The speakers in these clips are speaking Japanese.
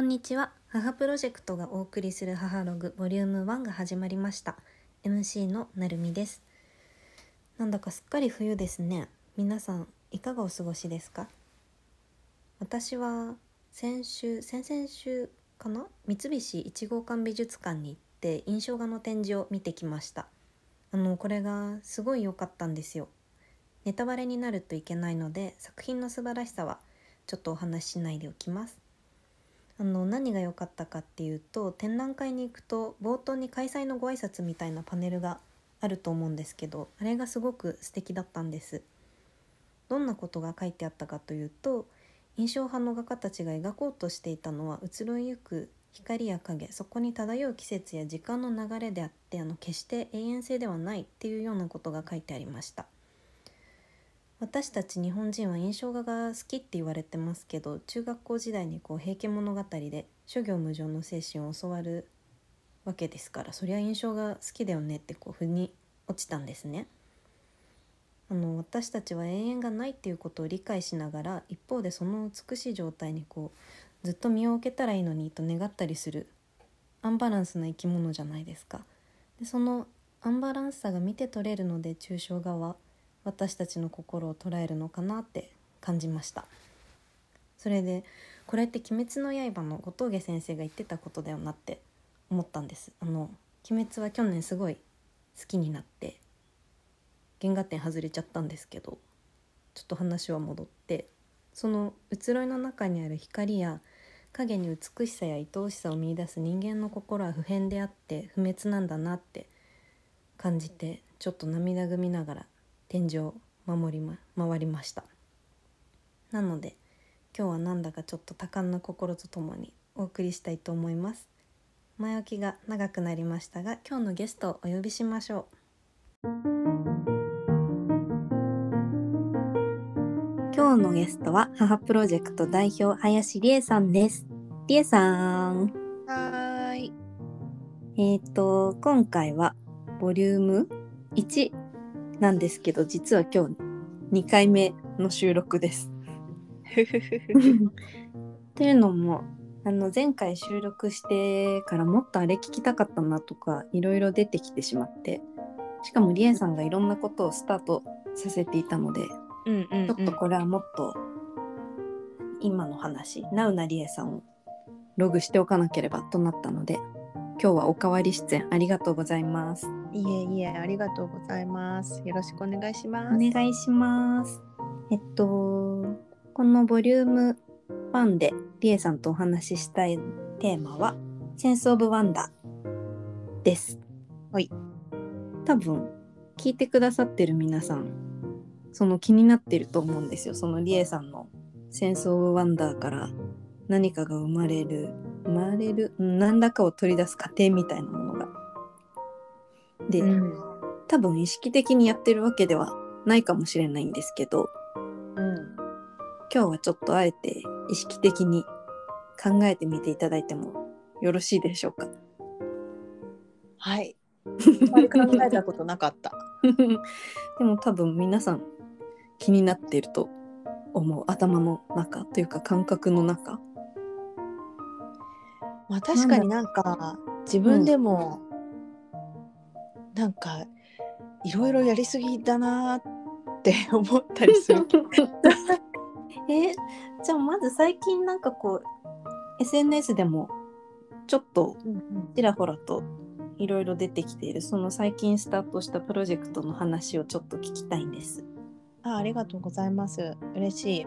んにちは母プロジェクトがお送りする母ログボリューム1が始まりました MC のなるみですなんだかすっかり冬ですね皆さんいかがお過ごしですか私は先週先々週かな三菱一号館美術館に行って印象画の展示を見てきましたあのこれがすごい良かったんですよネタバレになるといけないので作品の素晴らしさはちょっとお話ししないでおきますあの何が良かったかっていうと展覧会に行くと冒頭に開催のご挨拶みたいなパネルがあると思うんですけどあれがすごく素敵だったんですどんなことが書いてあったかというと印象派の画家たちが描こうとしていたのは移ろいゆく光や影そこに漂う季節や時間の流れであってあの決して永遠性ではないっていうようなことが書いてありました私たち日本人は印象画が好きって言われてますけど中学校時代にこう「平家物語」で諸行無常の精神を教わるわけですからそりゃ印象が好きだよねってこう腑に落ちたんですね。あの私たちは永遠がないっていうことを理解しながら一方でその美しい状態にこうずっと身を置けたらいいのにと願ったりするアンバランスな生き物じゃないですか。でそのアンバランスさが見て取れるので抽象画は私たちの心を捉えるのかなって感じましたそれでこれって「鬼滅の刃」の小峠先生が言ってたことだよなって思ったんですあの「鬼滅」は去年すごい好きになって原画展外れちゃったんですけどちょっと話は戻ってその移ろいの中にある光や影に美しさや愛おしさを見出す人間の心は不変であって不滅なんだなって感じてちょっと涙ぐみながら天井を守り、ま、回りましたなので今日はなんだかちょっと多感な心とともにお送りしたいと思います前置きが長くなりましたが今日のゲストをお呼びしましょう今日のゲストは母プロジェクト代表林理恵さんです理恵さんはーい。えっ、と今回はボリューム1なんですけど実は今日2回目の収録 です。というのもあの前回収録してからもっとあれ聞きたかったなとかいろいろ出てきてしまってしかもりえさんがいろんなことをスタートさせていたのでうんうん、ちょっとこれはもっと今の話、ナウナリエさんをログしておかなければとなったので、今日はおかわり出演ありがとうございます。いえいえ、ありがとうございます。よろしくお願いしおます。願いします。えっと、このボリューム1でリエさんとお話ししたいテーマは、センスオブワンダーです。はい。多分、聞いてくださってる皆さん、その気になってると思うんですよ。そのリエさんのセンスオブワンダーから何かが生まれる、生まれる、うん何らかを取り出す過程みたいなものが。で、うん、多分意識的にやってるわけではないかもしれないんですけどうん、今日はちょっとあえて意識的に考えてみていただいてもよろしいでしょうかはい。あまり考えたことなかった。 でも多分皆さん気になっていると思う頭の中というか感覚の 中まあ、確かになんか、自分でも。なんか、いろいろやりすぎだなーって思ったりする。えーじゃあまず最近なんかこう SNS でもちょっとちらほらといろいろ出てきているその最近スタートしたプロジェクトの話をちょっと聞きたいんです。あ、ありがとうございます。嬉しい。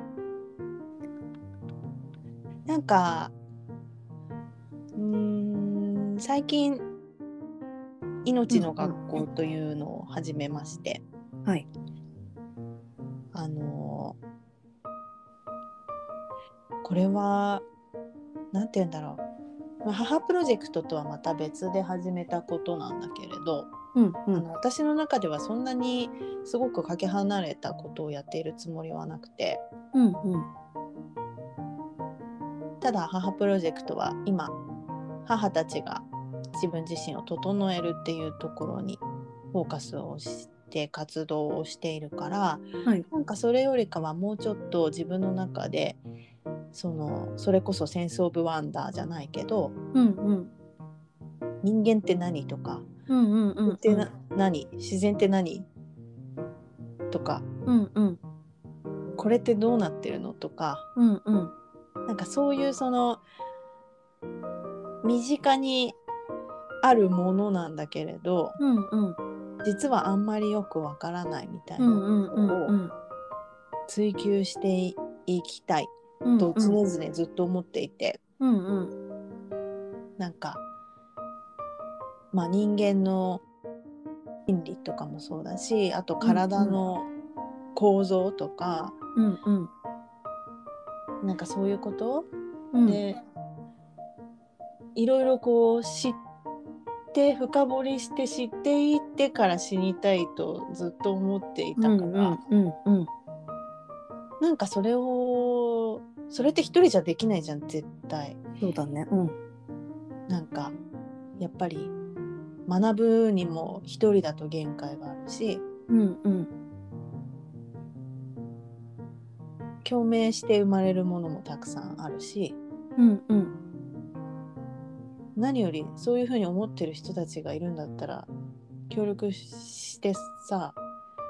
なんか、うーん、最近、命の学校というのを始めまして、はい。あのーこれは、なんて言うんだろう。まあ母プロジェクトとはまた別で始めたことなんだけれど、うんうあの私の中ではそんなにすごくかけ離れたことをやっているつもりはなくてうんうんただ母プロジェクトは今母たちが自分自身を整えるっていうところにフォーカスをして活動をしているから、はいなんかそれよりかはもうちょっと自分の中でそのそれこそ「センス・オブ・ワンダー」じゃないけどうんうん「人間って何?」とかうんうんうんう「んってな何?」「自然って何?」とかうんうん「これってどうなってるの?」とかうんうんなんかそういうその身近にあるものなんだけれどうんうん実はあんまりよくわからないみたいうんうなんうこんうんとうをん追求していきたいうんと常々ずっと思っていて、うんうんなんか、まあ、人間の心理とかもそうだしあと体の構造とか、うんうんなんかそういうこと、うんでいろいろこう知って深掘りして知っていってから死にたいとずっと思っていたから、うんうんなんかそれをそれって一人じゃできないじゃん絶対。そうだねうんなんかやっぱり学ぶにも一人だと限界があるしうんうん共鳴して生まれるものもたくさんあるしうんうん何よりそういうふうに思ってる人たちがいるんだったら協力してさ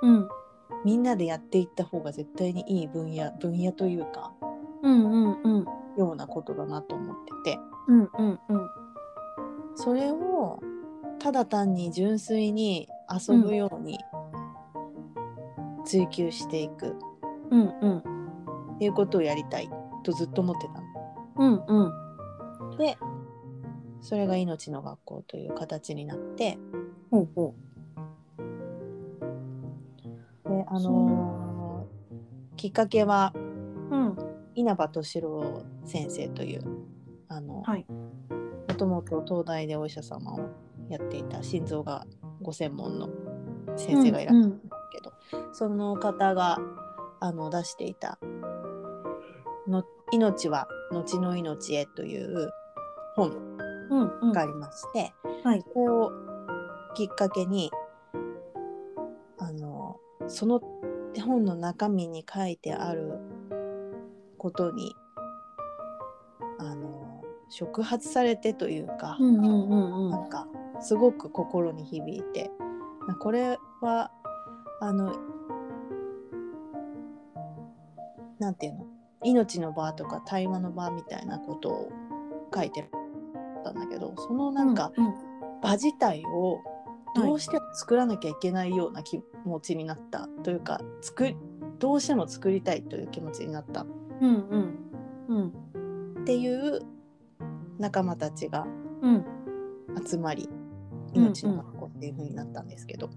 うんみんなでやっていった方が絶対にいい分野分野というかうんうんうんようなことだなと思っててうんうんうんそれをただ単に純粋に遊ぶように追求していくうんうんっていうことをやりたいとずっと思ってたの。うんうんでそれが命の学校という形になってほうほであのーきっかけはううん稲葉敏郎先生というあの、はいもともと東大でお医者様をやっていた心臓がご専門の先生がいらっしゃるんだけど、その方があの出していたの「命は後の命へ」という本うんうんがありまして。はいこれをきっかけにあのその本の中身に書いてあることにあの触発されてというか、うんうんうんうなんんかすごく心に響いてなこれはあのなんていうの命の場とか対話の場みたいなことを書いてたんだけどそのなんか、うん場自体をどうしても作らなきゃいけないような気持ちになった、というか作りどうしても作りたいという気持ちになったっうんうんうんていう仲間たちがうん集まりうんうん命の学校っていう風になったんですけど、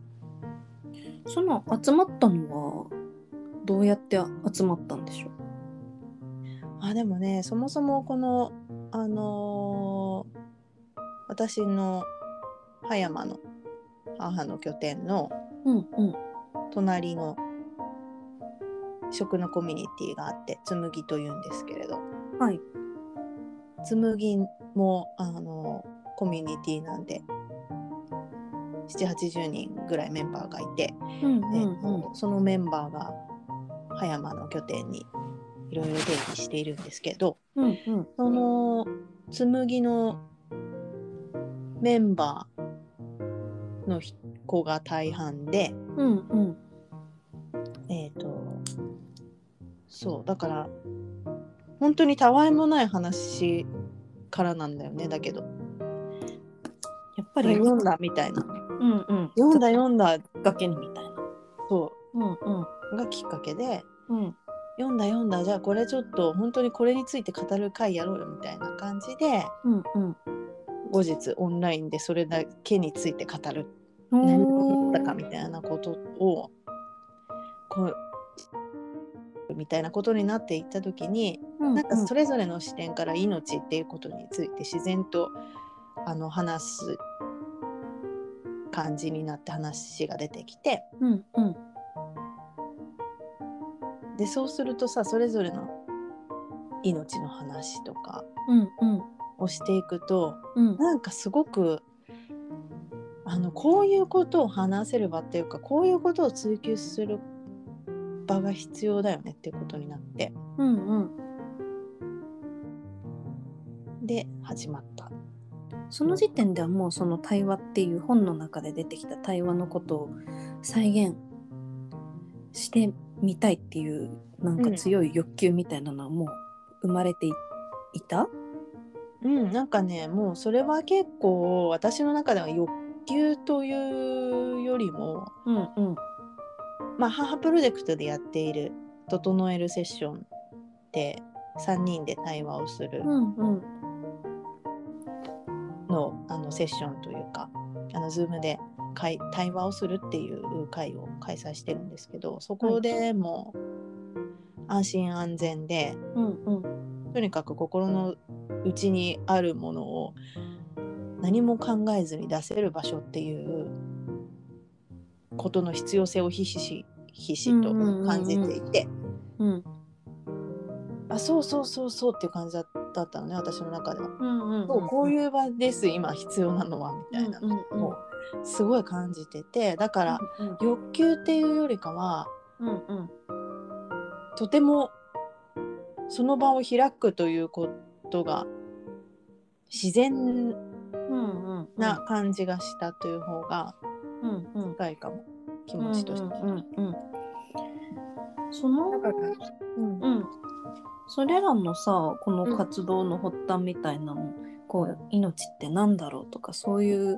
その集まったのはどうやって集まったんでしょうあでもねそもそもこのあのー私の葉山の母の拠点のうんうん隣の食のコミュニティがあって紬というんですけれどはい紬もあのコミュニティなんで780人ぐらいメンバーがいて、うんえっとそのメンバーが葉山の拠点にいろいろ出入りしているんですけどうんうんその紬のメンバーのひ子が大半で、うんうんえっとそうだから本当にたわいもない話からなんだよねだけどやっぱやっぱりり読んだみたいなうんうん読んだ読んだっかけにみたいなそうんうんうがきっかけでうん読んだ読んだじゃあこれちょっと本当にこれについて語る回やろうよみたいな感じでうんうん後日オンラインでそれだけについて語る何を思おっーたかみたいなことをこうみたいなことになっていった時にうんなんかそれれぞれの視点から命っていうことについて自然とあの話す感じになって話が出てきてうんうんでそうするとさそれぞれの命の話とかうんうんをしていくとうんなんかすごくあのこういうことを話せる場っていうかこういうことを追求する場が必要だよねっていうことになってうんうんで始まった。その時点ではもうその対話っていう本の中で出てきた対話のことを再現してみたいっていうなんか強い欲求みたいなのはもう生まれていいた、うん、なんかねもうそれは結構私の中では欲求というよりも、うん、うんまあ、母プロジェクトでやっている「整えるセッション」で3人で対話をするうんうんの,、あのセッションというかあの Zoom で会対話をするっていう会を開催してるんですけどそこでも安心安全でうんうんとにかく心の内にあるものを何も考えずに出せる場所っていうことの必要性をひしひしひしと感じていて、うんあそうそうそうそうっていう感じだったのね私の中では。うんそうこうういう場です今必要なのはみたいなのをすごい感じててだからうん欲求っていうよりかはうんうんとてもその場を開くということが自然うんうんな感じがしたという方がうんうん深いかも気持ちとして。うんうんうんそのだからうんうん、それらのさこの活動の発端みたいなの、こう命って何だろうとかそういう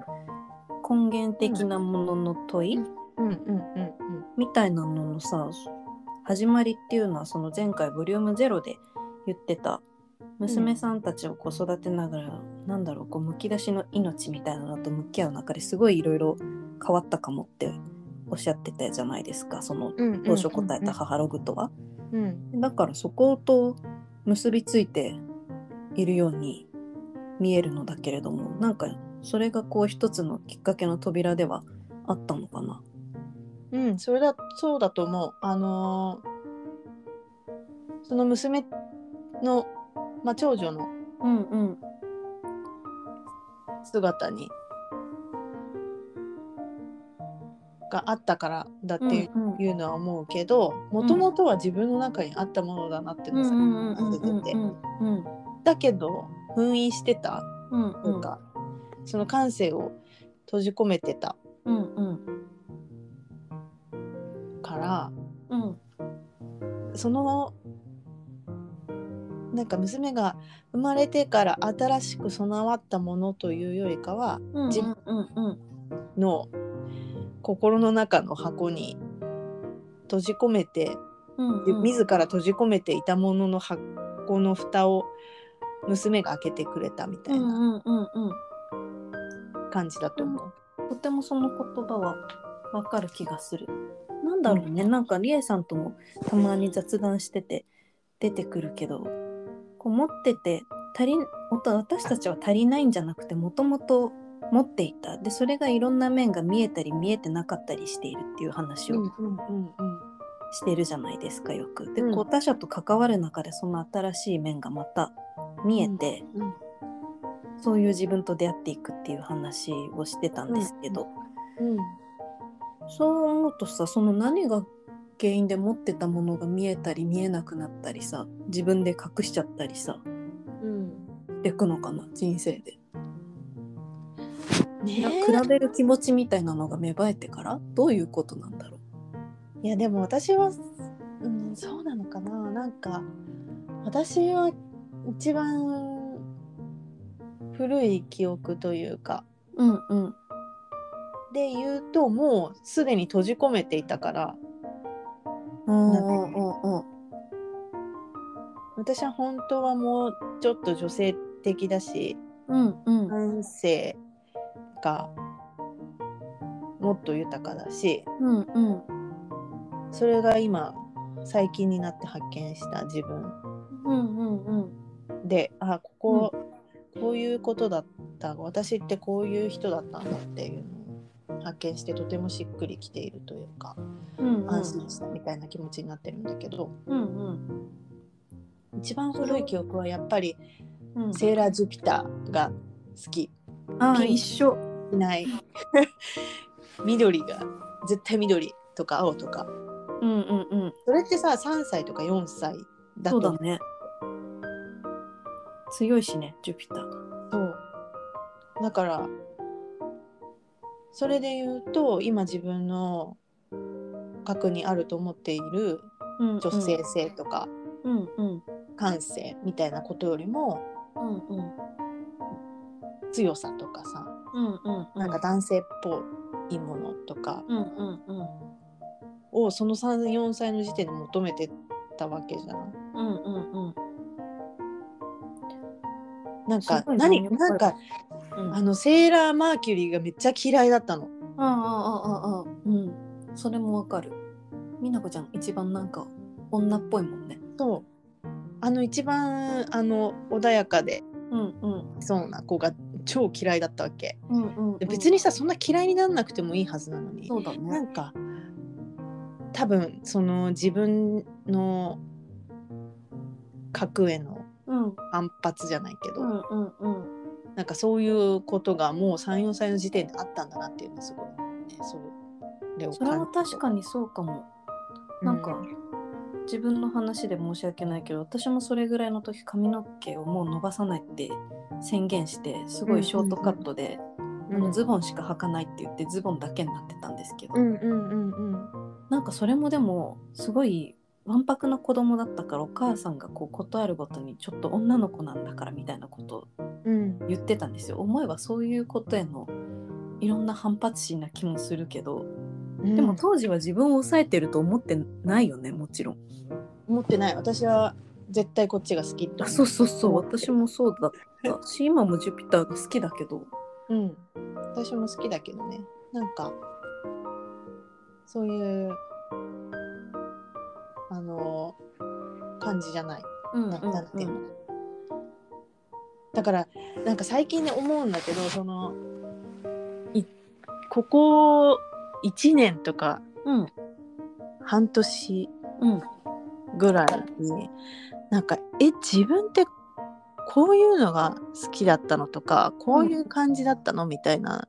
根源的なものの問い、うんうんうんみたいなののさ始まりっていうのはその前回ボリューム0で言ってた娘さんたちをこう育てながら、なんだろうこうむき出しの命みたいなのと向き合う中ですごいいろいろ変わったかもっておっしゃってたじゃないですかそのうんうん当初答えた母ログとは。うんだからそこと結びついているように見えるのだけれどもなんかそれがこう一つのきっかけの扉ではあったのかな。うん、それだそうだと思う。あのーその娘の、まあ、長女のうんうん姿にがあったからだっていう,、うんうんのは思うけどもともとは自分の中にあったものだなっていうのをさ感じててだけど封印してたというか、その感性を閉じ込めてたからそのなんか娘が生まれてから新しく備わったものというよりかはの心の中の箱に閉じ込めて、自ら閉じ込めていたものの箱の蓋を娘が開けてくれたみたいな感じだと思う。とてもその言葉はわかる気がする。なんだろうね、なんかりえさんともたまに雑談してて出てくるけどこう持ってて足りんおと私たちは足りないんじゃなくてもともと持っていたでそれがいろんな面が見えたり見えてなかったりしているっていう話をしてるじゃないですかよく。でうんこう他者と関わる中でその新しい面がまた見えて、そういう自分と出会っていくっていう話をしてたんですけど、そう思うとさその何が原因で持ってたものが見えたり見えなくなったりさ自分で隠しちゃったりさしてくのかな人生で、比べる気持ちみたいなのが芽生えてからどういうことなんだろいやでも私は、うん、そうなのかななんか私は一番古い記憶というかううんうんで言うともうすでに閉じ込めていたからうんうんうん私は本当はもうちょっと女性的だしうんうん感性がもっと豊かだしうんうんそれが今最近になって発見した自分うんうんうんであここ、こういうことだった私ってこういう人だったんだっていうのを発見してとてもしっくりきているというかうん安心したみたいな気持ちになってるんだけど、うんうん一番古い記憶はやっぱりうんセーラージュピターが好きあーピン一緒いない 緑が絶対緑とか青とかうんうんうんそれってさ3歳とか4歳だそうだとね強いしねジュピターが。そうだからそれで言うと今自分の核にあると思っているうん女性性とかうんうん感性みたいなことよりもうんうん強さとかさうんうんなんか男性っぽいものとかうんうんうんをその34歳の時点で求めてたわけじゃないうんうんうんなんかすごいな何やっぱりなんかうんあのセーラーマーキュリーがめっちゃ嫌いだったの。ああああああうんそれもわかる美奈子ちゃん一番なんか女っぽいもんねそうあの一番あの穏やかでうんうんそうな子が超嫌いだったわけ。うんうんで別にさそんな嫌いになんなくてもいいはずなのにそうだねなんか多分その自分の核へのうん反発じゃないけど、うんうんうんなんかそういうことがもう34歳の時点であったんだなっていうのはすごいねそれをそれは確かにそうかもななんか自分の話で申し訳ないけど私もそれぐらいの時髪の毛をもう伸ばさないって宣言してすごいショートカットで、あのズボンしか履かないって言ってズボンだけになってたんですけど、うんうんうんうんなんかそれもでもすごいわんぱくな子供だったからお母さんがこう断るごとにちょっと女の子なんだからみたいなことをうん言ってたんですよ。思えばそういうことへのいろんな反発心な気もするけどうんでも当時は自分を抑えてると思ってないよねもちろん。思ってない私は絶対こっちが好きってあそうう、そうそう思ってる私もそうだったし今もジュピターが好きだけどうん、私も好きだけどねなんかそういうあの感じじゃないうんななくても、だからなんか最近ね思うんだけどそのいここ1年とかうん半年うんぐらいになんかえ自分ってこういうのが好きだったのとかこういう感じだったのみたいな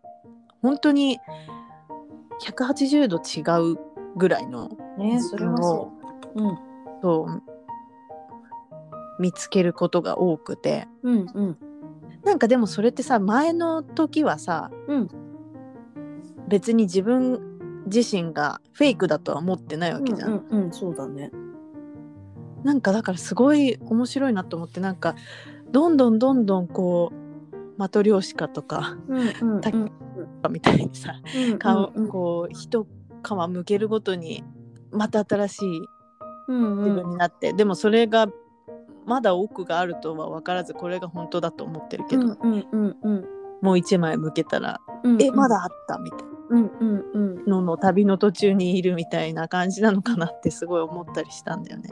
本当に180度違うぐらいのねそれはそううんそう見つけることが多くてううんうんなんかでもそれってさ前の時はさ、うん別に自分自身がフェイクだとは思ってないわけじゃん。うんうんそうだねなんかだからすごい面白いなと思ってなんかどんどんどんどんこうマトリョーシカとか うんうんたみたいにさ顔、こう一皮むけるごとにまた新しいうんう自ん分になって、でもそれがまだ奥があるとは分からずこれが本当だと思ってるけど、うんうんうんもう一枚むけたら、うんえまだあったみたいなうんうんうんのの旅の途中にいるみたいな感じなのかなってすごい思ったりしたんだよね。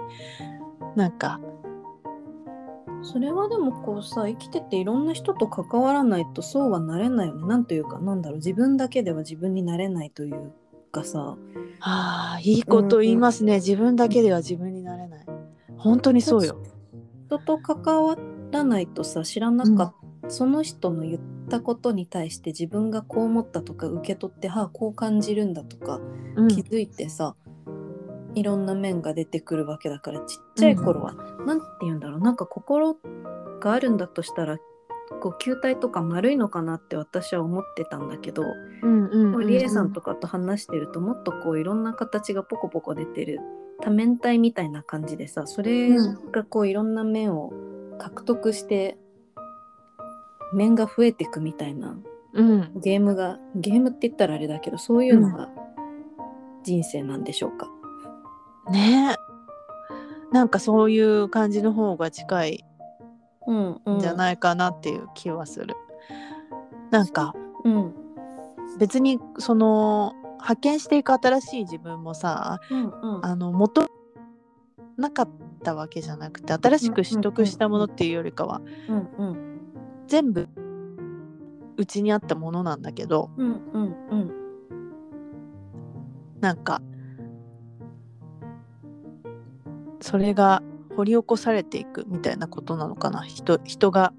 なんかそれはでもこうさ生きてていろんな人と関わらないとそうはなれないよねなんというかなんだろう自分だけでは自分になれないというかさああいいこと言いますね、自分だけでは自分になれない本当にそうよ人と関わらないとさ知らなかった、その人の言ったことに対して自分がこう思ったとか受け取ってはあこう感じるんだとかうん気づいてさ、いろんな面が出てくるわけだからちっちゃい頃は、なんて言うんだろうなんか心があるんだとしたらこう球体とか丸いのかなって私は思ってたんだけど、うんうんこうリエさんとかと話してるともっとこういろんな形がポコポコ出てる多面体みたいな感じでさそれがこういろんな面を獲得して面が増えていくみたいなうんゲームがゲームって言ったらあれだけどそういうのが人生なんでしょうか。ねえなんかそういう感じの方が近いうんうんんじゃないかなっていう気はする、なんかうん別にその発見していく新しい自分もさうんうんあの元なかったわけじゃなくて新しく取得したものっていうよりかはうんうん全部うちにあったものなんだけど、うんうんうんなんかそれが掘り起こされていくみたいなことなのかな人人が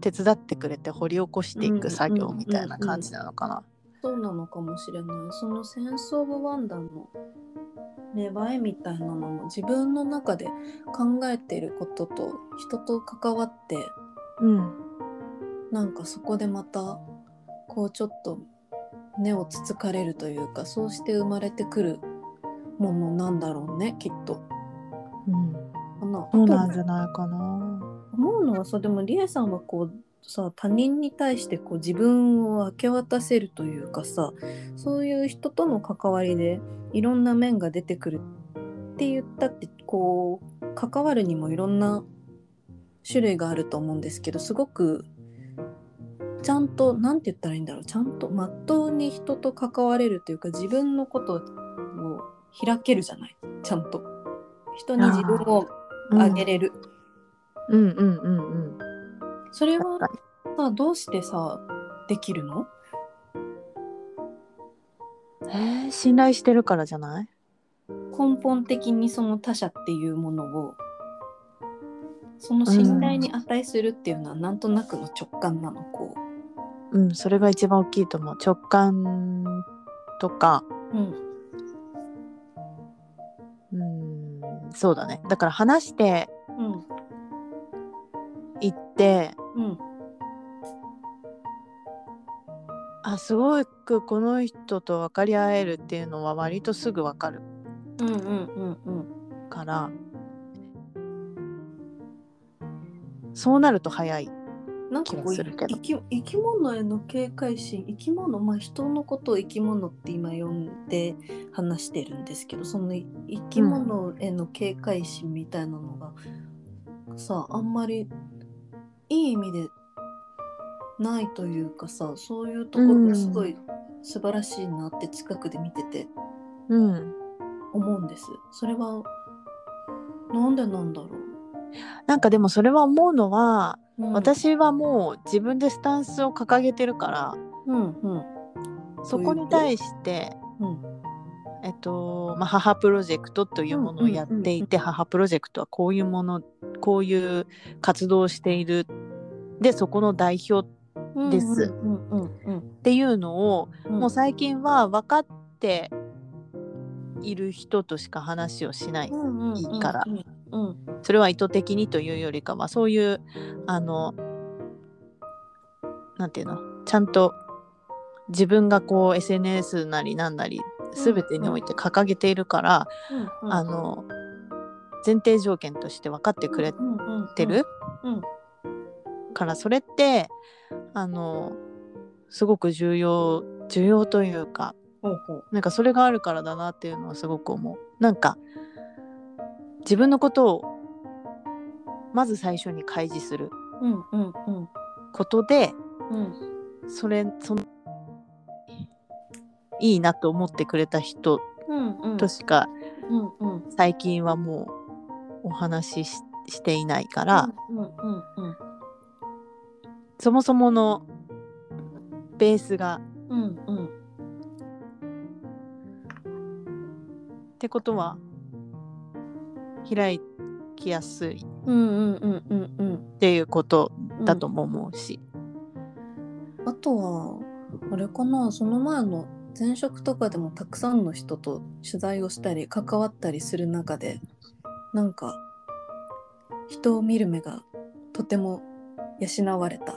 手伝ってくれて掘り起こしていく作業みたいな感じなのかな。そうなのかもしれないその「センス・オブ・ワンダー」の芽生えみたいなのも自分の中で考えていることと人と関わってうんなんかそこでまたこうちょっと根をつつかれるというかそうして生まれてくるものなんだろうねきっと。うんかなそうなんじゃないかな思うのはさでもリエさんはこうさ他人に対してこう自分を明け渡せるというかさそういう人との関わりでいろんな面が出てくるって言ったってこう関わるにもいろんな種類があると思うんですけどすごくちゃんと何て言ったらいいんだろうちゃんとまっとうに人と関われるというか自分のことを開けるじゃないちゃんと。人に自分をあげれる。うんうんうんそれうんはさどうしてさできるのえー信頼してるからじゃない根本的にその他者っていうものをその信頼に値するっていうのはなんとなくの直感なのこうんそれが一番大きいと思う直感とかう、うん、うんそうだねだから話してうんいってうんあすごくこの人と分かり合えるっていうのは割とすぐ分かるうんうんうんうんからそうなると早いなんかこう気がするけど生き生き物への警戒心生き物まあ人のことを生き物って今呼んで話してるんですけどそのい生き物への警戒心みたいなのが、さあんまりいい意味でないというかさそういうところがすごい素晴らしいなって近くで見ててうん思うんです。それはなんでなんだろう、なんかでもそれは思うのは、うん、私はもう自分でスタンスを掲げてるからうんうんそこに対してうんえっとまあ、母プロジェクトというものをやっていて、母プロジェクトはこういうものこういう活動をしているでそこの代表ですうんうんうんっていうのを、うんもう最近は分かっている人としか話をしない、いいからうんうんそれは意図的にというよりかはそういうあのなんていうのちゃんと自分がこう SNS なりなんなり全てにおいて掲げているから、うんあの前提条件として分かってくれてる、うんうんからそれってあのすごく重要重要というかほうほうなんかそれがあるからだなっていうのはすごく思う。なんか自分のことをまず最初に開示するうんうんうんことでうんそれそのいいなと思ってくれた人うんうんとしかうんうん最近はもうお話しししていないから、うんうんうんそもそものベースがうんうんってことは開きやすいっうんうんうんうんうんていうことうんだとも思うし、あとはあれかなその前の前職とかでもたくさんの人と取材をしたり関わったりする中でなんか人を見る目がとても養われた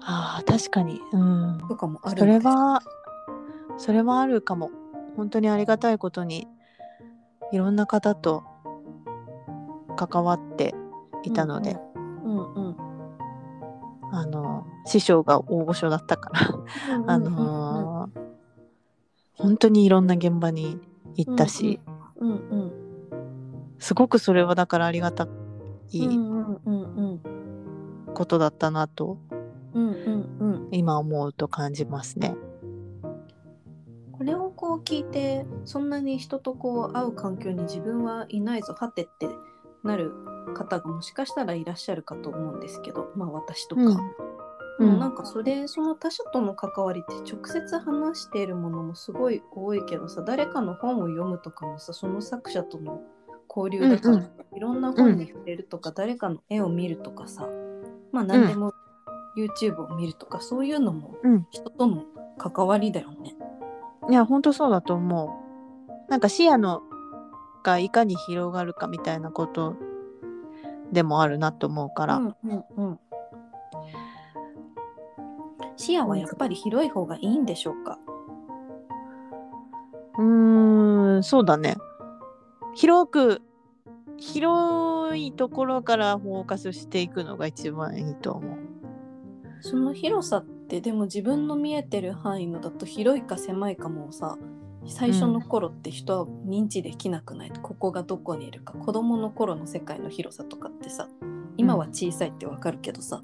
ああ確かに、うん、とかもあるそんれですはそれはあるかも本当にありがたいことにいろんな方と関わっていたので、うんうんあの師匠が大御所だったからうんあのー本当にいろんな現場に行ったし、うんうんすごくそれはだからありがたういんうんうんことだったなとうんうんうんうん今思うと感じますね。これをこう聞いてそんなに人とこう会う環境に自分はいないぞはてってなる方がもしかしたらいらっしゃるかと思うんですけどまあ私とか、うんもうなんかそれその他者との関わりって直接話しているものもすごい多いけどさ誰かの本を読むとかもさその作者との交流だから、うんいろんな本に触れるとか、誰かの絵を見るとかさまあ何でも YouTube を見るとかそういうのもうん人との関わりだよね。いや本当そうだと思う。なんか視野のがいかに広がるかみたいなことでもあるなと思うから、うんうんうん、視野はやっぱり広い方がいいんでしょうか。うーんそうだね広く広いところからフォーカスしていくのが一番いいと思うその広さってでも自分の見えてる範囲のだと広いか狭いかもさ最初の頃って人は認知できなくない、ここがどこにいるか子供の頃の世界の広さとかってさ今は小さいってわかるけどさ、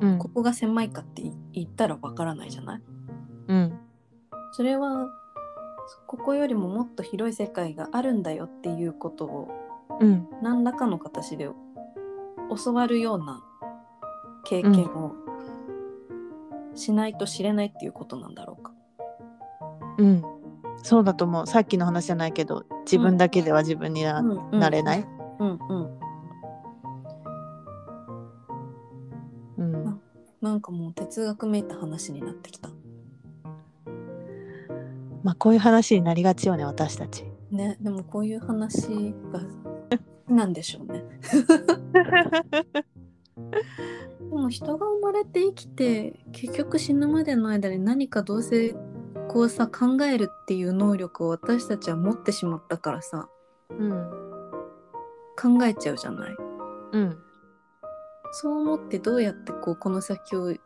うんここが狭いかって言ったらわからないじゃないうんそれはここよりももっと広い世界があるんだよっていうことをうん何らかの形で教わるような経験をしないと知れないっていうことなんだろうか。うんそうだと思うさっきの話じゃないけど自分だけでは自分にな,、なれない、うんうん、うんなんかもう哲学めいた話になってきた。まあこういう話になりがちよね私たちね、でもこういう話がなんでしょうね。でも人が生まれて生きて結局死ぬまでの間に何かどうせこうさ考えるっていう能力を私たちは持ってしまったからさ うん考えちゃうじゃない。うんそう思ってどうやってこうこの先を生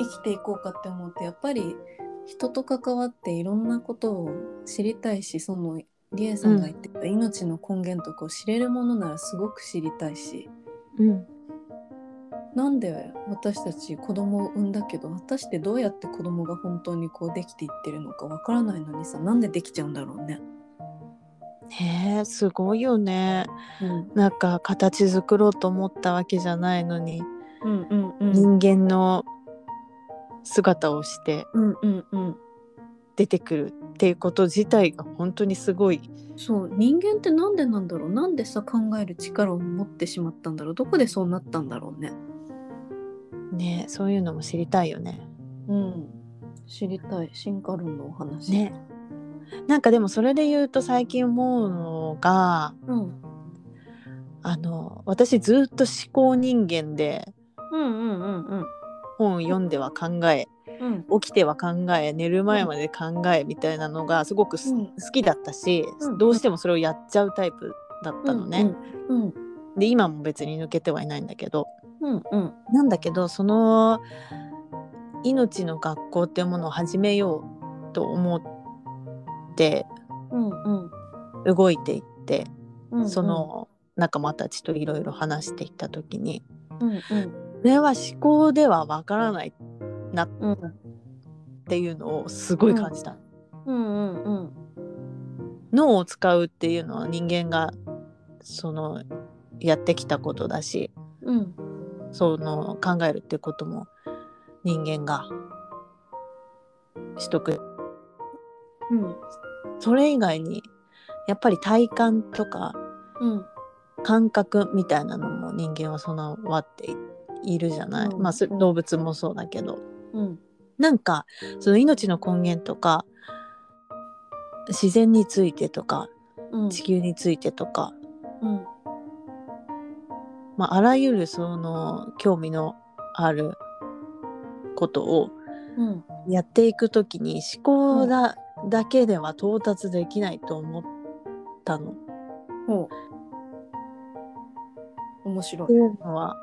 きていこうかって思うとやっぱり人と関わっていろんなことを知りたいしそのリエさんが言ってた命の根源とかを知れるものならすごく知りたいし、うんなんで私たち子供を産んだけど果たしてどうやって子供が本当にこうできていってるのかわからないのにさなんでできちゃうんだろうね。ねえすごいよねうん、なんか形作ろうと思ったわけじゃないのに、うん、うんうん人間の姿をしてうんうんうん出てくるっていうこと自体が本当にすごいそう人間ってなんでなんだろうなんでさ考える力を持ってしまったんだろうどこでそうなったんだろうねねえそういうのも知りたいよね。うん知りたい進化論のお話ねなんかでもそれで言うと最近思うのがうん、あの私ずっと思考人間でうんうんうんうん本読んでは考えうん起きては考え寝る前まで考えみたいなのがすごくす、うん好きだったし、うんどうしてもそれをやっちゃうタイプだったのね。うんで今も別に抜けてはいないんだけどうんうんなんだけどその命の学校っていうものを始めようと思ってうんうん動いていって、うんその仲間たちといろいろ話していった時にうんうんこれは思考ではわからないっうんていうのをすごい感じた。うんうんうん脳を使うっていうのは人間がそのやってきたことだしうんその考えるっていうことも人間が取得うんそれ以外にやっぱり体感とかうん感覚みたいなのも人間は備わっているじゃない、うんまあ、すうん動物もそうだけどうんなんかその命の根源とか自然についてとかうん地球についてとか、うんまあ、あらゆるその興味のあることをうんやっていくときに思考だ,、だけでは到達できないと思ったの。ほう面白いっていうのは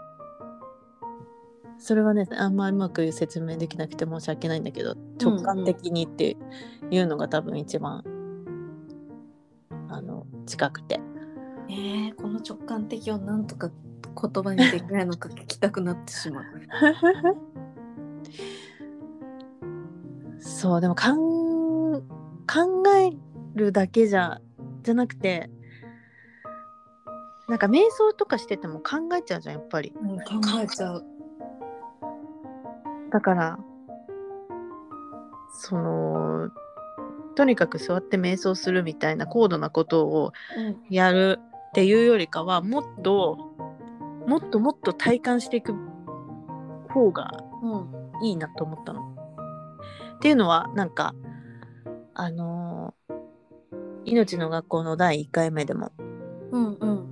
それはねあんまうまく説明できなくて申し訳ないんだけど直感的にっていうのが多分一番、あの近くてえー、この直感的をなんとか言葉にできないのか聞きたくなってしまう。そうでもかん考えるだけじゃじゃなくてなんか瞑想とかしてても考えちゃうじゃんやっぱりうん、考えちゃう。だからそのとにかく座って瞑想するみたいな高度なことをうん、やるっていうよりかはもっともっともっと体感していく方がうん、いいなと思ったの。っていうのはなんかあのー命の学校の第1回目でもうん、うん、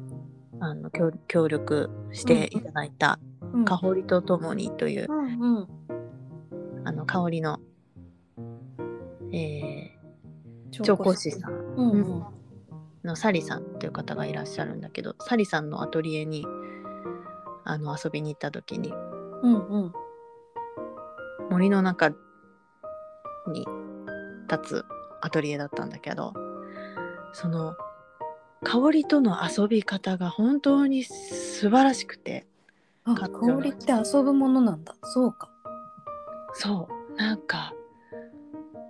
あの協協力していただいた「香りとともに」といううんうん、あの香りの、えー、調調香香師師さんうんうんうんのサリさんという方がいらっしゃるんだけどサリさんのアトリエにあの遊びに行った時にうんうん森の中に立つアトリエだったんだけどその香りとの遊び方が本当に素晴らしくてあ買っちゃう香りって遊ぶものなんだそうかそうなんか、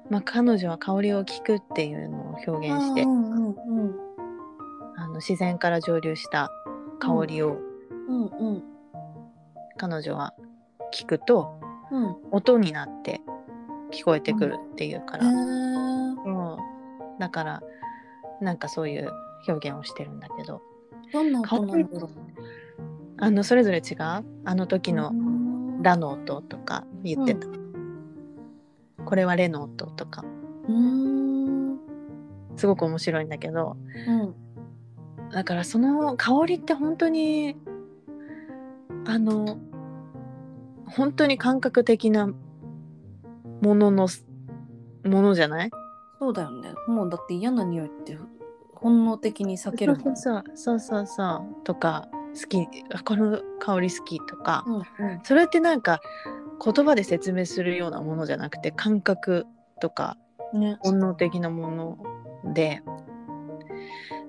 まあ、彼女は香りを聞くっていうのを表現してうんうんうんあの自然から蒸留した香りをうんうん彼女は聞くとうん音になって聞こえてくるっていうから、へーうんだからなんかそういう表現をしてるんだけどどんな音なんだろうあのそれぞれ違うあの時のうんラの音とか言ってた、これはレの音とかうんすごく面白いんだけどうんだからその香りって本当にあの本当に感覚的なもののものじゃないそうだよねもうだって嫌な匂いって本能的に避けるもんそうそうそうそうそうとか好きあこの香り好きとか、うんうんそれってなんか言葉で説明するようなものじゃなくて感覚とかね本能的なもので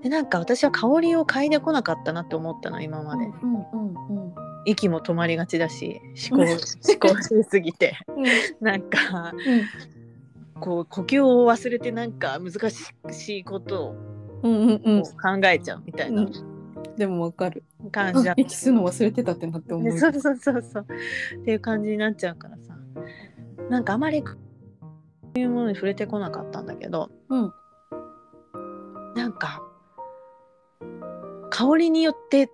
でなんか私は香りを嗅いでこなかったなって思ったの今まで、うんうんうん息も止まりがちだし思考うん思考しすぎて うんなんかこう呼吸を忘れてなんか難しいことうんうんうをん考えちゃうみたいなでもわかる感じだった、息するの忘れてたってなって思でうそうそうそうそうっていう感じになっちゃうからさなんかあまりそういうものに触れてこなかったんだけど、うんなんか香りによって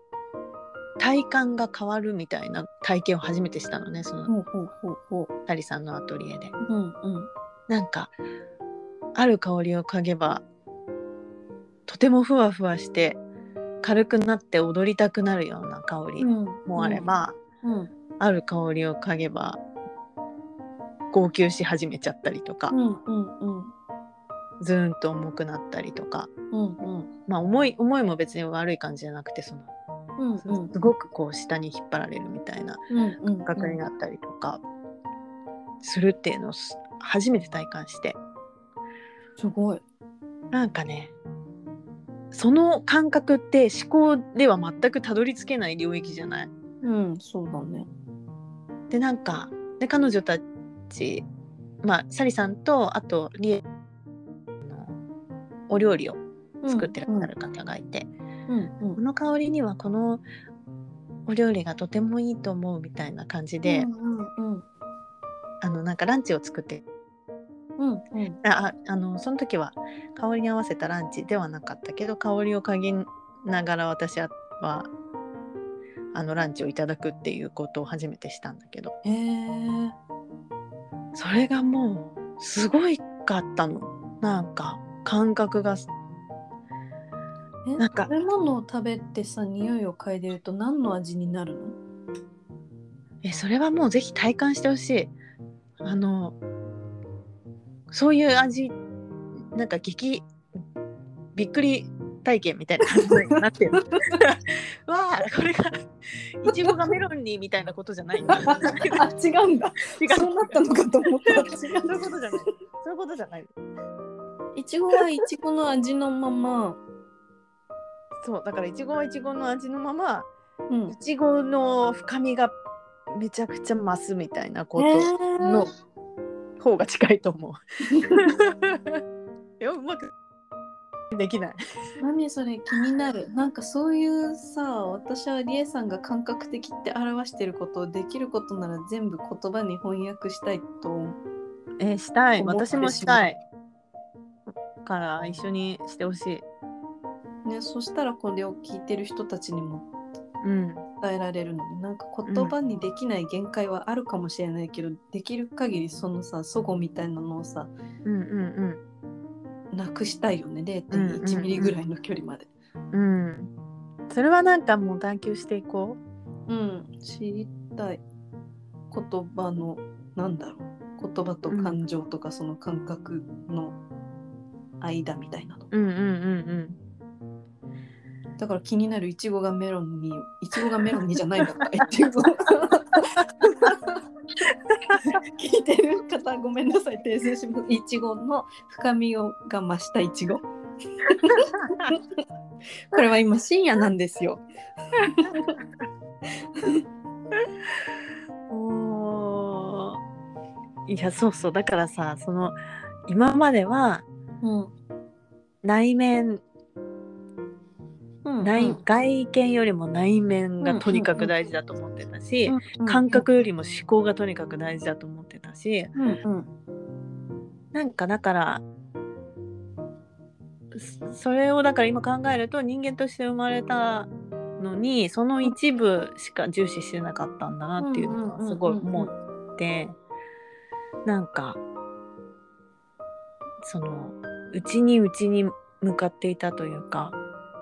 体感が変わるみたいな体験を初めてしたのねそのほうほうほうほうタリさんのアトリエで。うんうんなんかある香りを嗅げばとてもふわふわして軽くなって踊りたくなるような香りもあれば、うんある香りを嗅げば号泣し始めちゃったりとか、うんうんうんずーんと重くなったりとかうんうんまあ重い重いも別に悪い感じじゃなくてそのうんうんすごくこう下に引っ張られるみたいなうん感覚になったりとかするっていうのをす初めて体感してすごいなんかねその感覚って思考では全くたどり着けない領域じゃないうんそうだねでなんかで彼女たちまあサリさんとあとリエあのお料理を作ってらっしゃる方がいて、うんうんこの香りにはこのお料理がとてもいいと思うみたいな感じで、うんうんあのなんかランチを作ってうんうんあああのその時は香りに合わせたランチではなかったけど香りを嗅ぎながら私はあのランチをいただくっていうことを初めてしたんだけどえー、それがもうすごいかったのなんか感覚がえなんか食べ物を食べてさ匂いを嗅いでると何の味になるのえそれはもうぜひ体感してほしいあのそういう味なんか激びっくり体験みたいな感じになってる わあこれがいちごがメロンにみたいなことじ ゃないんだ違うあ違うんだそうなったのかと思っ 違うたそういうことじゃないそういうことじゃないいちごはいちごの味のままそうだからいちごはいちごの味のままうんいちごの深みがめちゃくちゃ増すみたいなこと、の方が近 いと思う。いやうまくできない。何それ気になるなんかそういうさ私はりえさんが感覚的って表してることをできることなら全部言葉に翻訳したいと思うえしたい。思ったり私もしたい。から一緒にしてほしい。ねそしたらこれを聞いてる人たちにもうん。伝えられるのになんか言葉にできない限界はあるかもしれないけど、できる限りそのさそごみたいなのをさうんうんなくしたいよねうんうんうん0.1ミリぐらいの距離まで。うん。うん。それはなんかもう探求していこうん、知りたい言葉のなんだろう言葉と感情とかその感覚の間みたいなの、う。うんうんうんだから気になるいちごがメロンにいちごがメロンにじゃないんだったっていう聞いてる方ごめんなさい訂正しますいちごの深みをが増したいちごこれは今深夜なんですようん。おーいやそうそうだからさその今まではうん、内面、うん内うん外見よりも内面がとにかく大事だと思ってたし、感覚よりも思考がとにかく大事だと思ってたしうんうんなんかだからそそれをだから今考えると人間として生まれたのにその一部しか重視してなかったんだなっていうのはすごい思ってなんかその内に内に向かっていたというか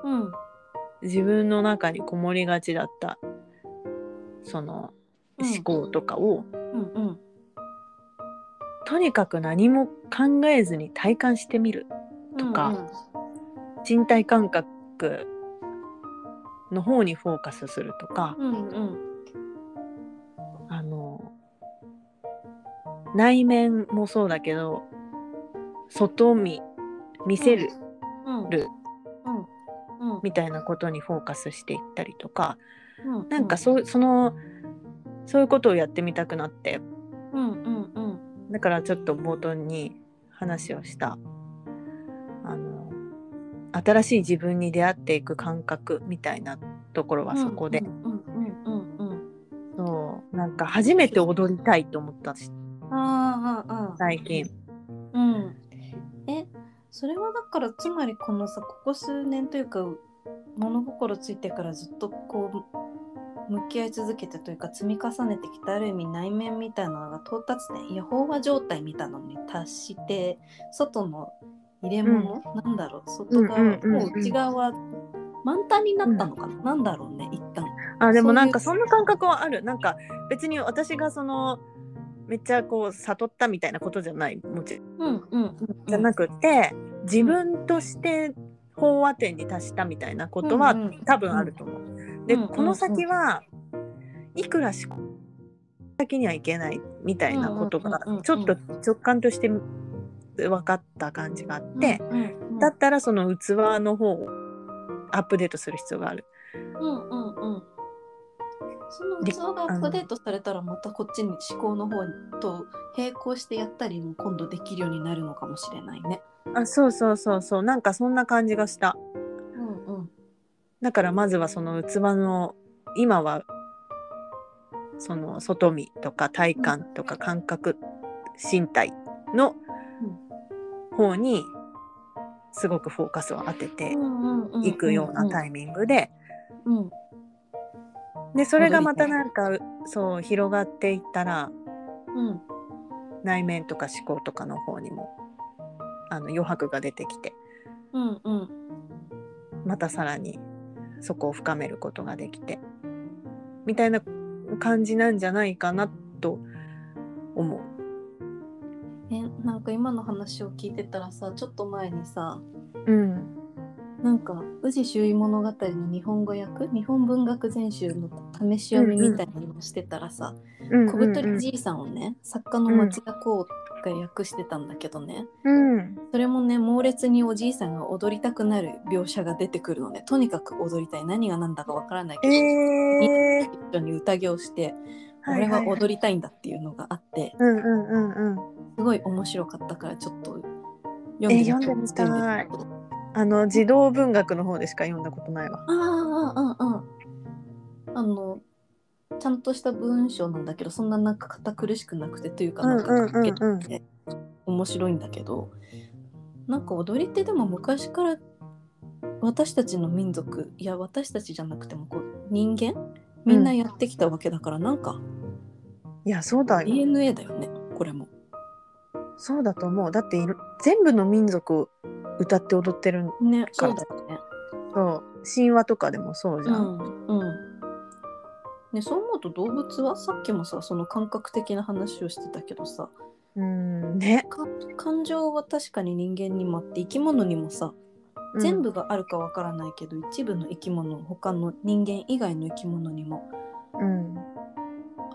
うん自分の中にこもりがちだったその思考とかを、うんうんとにかく何も考えずに体感してみるとか人体感覚の方にフォーカスするとか、うんうんうんあの内面もそうだけど外見見せるうんるうんうんみたいなことにフォーカスしていったりとか、うんなんかそうそのそういうことをやってみたくなってうんうんうんだからちょっと冒頭に話をしたあの新しい自分に出会っていく感覚みたいなところはそこで、うんうんうんうんそうなんか初めて踊りたいと思ったしうんあーあーあ最近ーうんえそれはだからつまりこのさここ数年というか物心ついてからずっとこう向き合い続けてというか積み重ねてきたある意味内面みたいなのが到達点いや飽和状態みたいなのに達して外の入れ物、なんだろう外側、うんうんうんもう内側は満タンになったのかな、なんだろうね一旦あでもなんかそそういんうな感覚はあるなんか別に私がそのめっちゃこう悟ったみたいなことじゃないもちろんうんうんうんじゃなくて自分として飽和点に達したみたいなことはうんうん多分あると思う。で、うんうんこの先はいくら思考先にはいけないみたいなことうがんうんうんうんちょっと直感として分かった感じがあって、うんうんうんだったらその器の方をアップデートする必要がある。うんうんうんその器がアップデートされたらまたこっちに思考の方と並行してやったりも今度できるようになるのかもしれないね。あそうそうそうそうなんかそんな感じがした。うんうんだからまずはその器の今はその外見とか体感とか感覚、身体の方にすごくフォーカスを当てていくようなタイミングで、うんうんでそれがまたなんかそう広がっていったらうん内面とか思考とかの方にもあの余白が出てきてうんうんまたさらにそこを深めることができてみたいな感じなんじゃないかなと思う。えなんか今の話を聞いてたらさちょっと前にさうん、なんか宇治周囲物語の日本語訳日本文学全集の試し読みみたいなのをしてたらさ、小太りじいさんをね作家の町田光が訳してたんだけどね、うん、それもね猛烈におじいさんが踊りたくなる描写が出てくるのでとにかく踊りたい何が何だかわからないけど、えー、一緒に宴をして、はいはいはい俺は踊りたいんだっていうのがあってうんうんうんうん。すごい面白かったからちょっと読んでえーみよう読んでみたい読んでみようあの児童文学の方でしか読んだことないわ。あああああああのちゃんとした文章なんだけどそんななんか堅苦しくなくてというかなんかうんうんうんうん面白いんだけどなんか踊りってでも昔から私たちの民族いや私たちじゃなくてもこう人間みんなやってきたわけだから、なんかいやそうだよ。 DNA だよねこれも。そうだと思う。だっていろ全部の民族歌って踊ってるねそそううだだよね。そう神話とかでもそうじゃん。うんうんね、そう思うと動物はさっきもさその感覚的な話をしてたけどさうん、ね。か感情は確かに人間にもあって生き物にもさ全部があるかわからないけど、一部の生き物他の人間以外の生き物にもうん。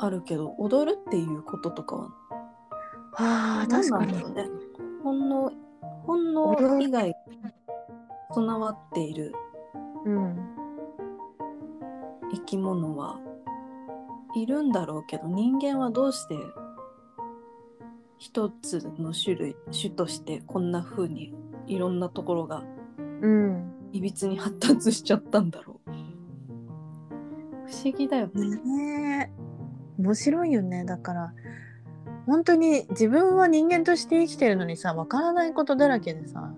あるけど踊るっていうこととかはああ、確かに。何なんだろうね本能本能以外備わっているうん。生き物はいるんだろうけど人間はどうして一つの種類種としてこんな風にいろんなところがうん。いびつに発達しちゃったんだろう不思議だよね。ねえ。面白いよね。だから、本当に自分は人間として生きてるのにさ、わからないことだらけでさ、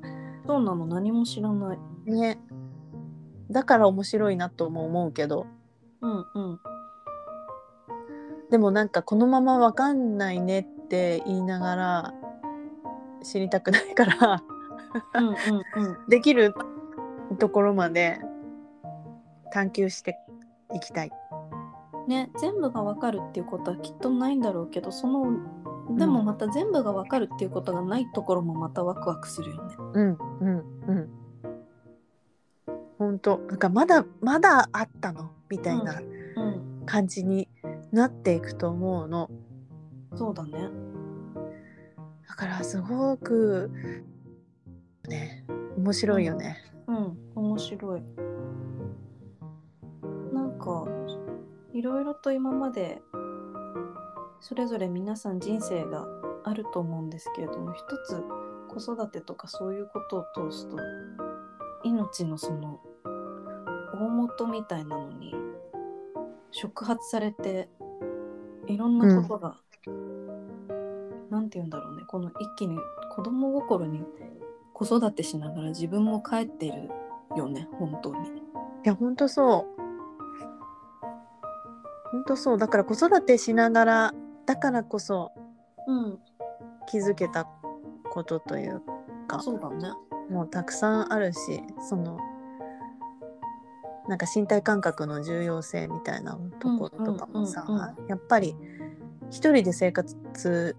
そうなの何も知らない。ね。だから面白いなとも思うけど、うんうん。でもなんかこのままわかんないねって言いながら知りたくないから うんうんうん。できるところまで探求していきたい。ね全部が分かるっていうことはきっとないんだろうけどそのでもまた全部が分かるっていうことがないところもまたワクワクするよね。うんうんうん。本当なんかまだまだあったのみたいなうん、感じになっていくと思うの。そうだね。だからすごくね面白いよね。うん、面白い。なんかいろいろと今までそれぞれ皆さん人生があると思うんですけれども一つ子育てとかそういうことを通すと命のその大元みたいなのに触発されていろんなことが、なんて言うんだろうねこの一気に子供心に子育てしながら自分も帰ってるよね本当に。いや本当そう本当そうだから子育てしながらだからこそうん気づけたことというかそうだね。もうたくさんあるしそのなんか身体感覚の重要性みたいなところとかもさ、うんうんうんやっぱり一人で生活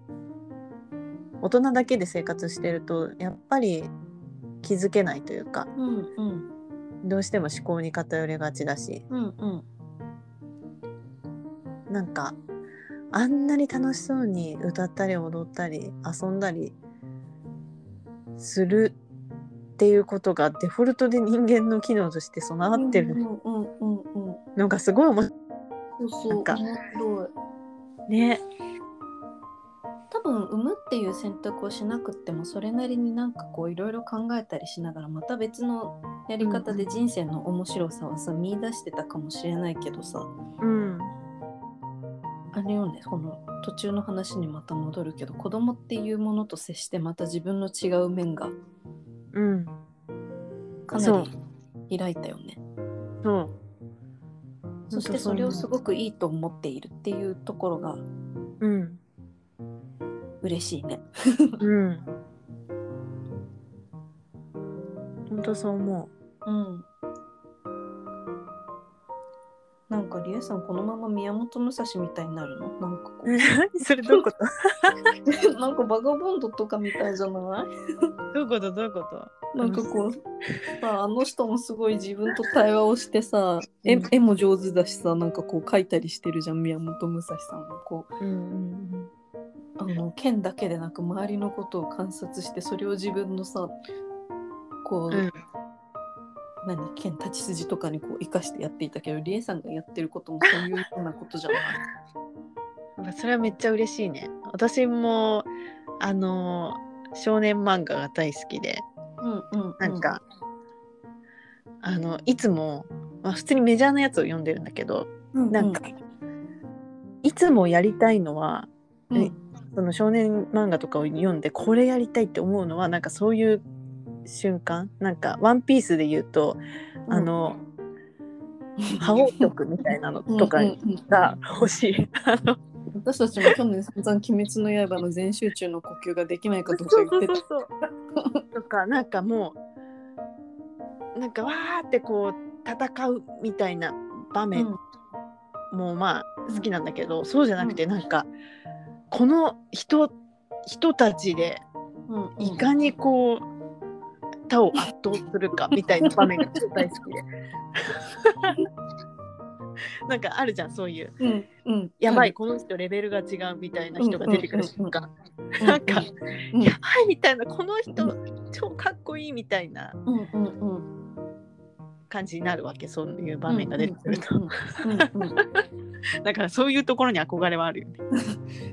大人だけで生活してるとやっぱり気づけないというかうんうんどうしても思考に偏りがちだしうんうんなんかあんなに楽しそうに歌ったり踊ったり遊んだりするっていうことがデフォルトで人間の機能として備わってうるんうんうんうん。のがすごい面白そうそう。なんか面白い。いね。多分産むっていう選択をしなくってもそれなりになんかこういろいろ考えたりしながらまた別のやり方で人生の面白さはさ見出してたかもしれないけどさうん、あれよねこの途中の話にまた戻るけど子供っていうものと接してまた自分の違う面がうん、かなり開いたよね。そう。そしてそれをすごくいいと思っているっていうところがうん、嬉しいね。うん。本当そう 思うん。なんかリエさんこのまま宮本武蔵みたいになるのなんかこう。何それどういうことう なんかバガボンドとかみたいじゃない どういうことどういうことなんかこうさあの人もすごい自分と対話をしてさ絵うん絵も上手だしさなんかこう描いたりしてるじゃん宮本武蔵さんもこううんあの剣だけでなく周りのことを観察してそれを自分のさこうう、んうん。何剣立ち筋とかにこう生かしてやっていたけどリエさんがやってることもそういうようなことじゃないまあそれはめっちゃ嬉しいね。私もあのー少年漫画が大好きでうんうん、うん、なんか、あのいつも、まあ、普通にメジャーなやつを読んでるんだけどううなんか、いつもやりたいのはうんその少年漫画とかを読んでこれやりたいって思うのはなんかそういう瞬間なんか「ワンピースで言うと、うんあの覇王曲みたいなのとかうんうんうんが欲しい。あの私たちも去年散々「鬼滅の刃」の全集中の呼吸ができないかとか言 ってたそうそうそうそうとかなんかもうなんかわーってこう戦うみたいな場面もまあ好きなんだけど、そうじゃなくてなんか、この人人たちでうんいかにこう他を圧倒するかみたいな場面が大好き でなんかあるじゃんそういううんうんやばい、この人レベルが違うみたいな人が出てくる瞬間、うんなんか、うんやばいみたいなこの人、超かっこいいみたいなうんうん うん感じになるわけそういう場面が出てくると、 うんうんうんだからそういうところに憧れはあるよね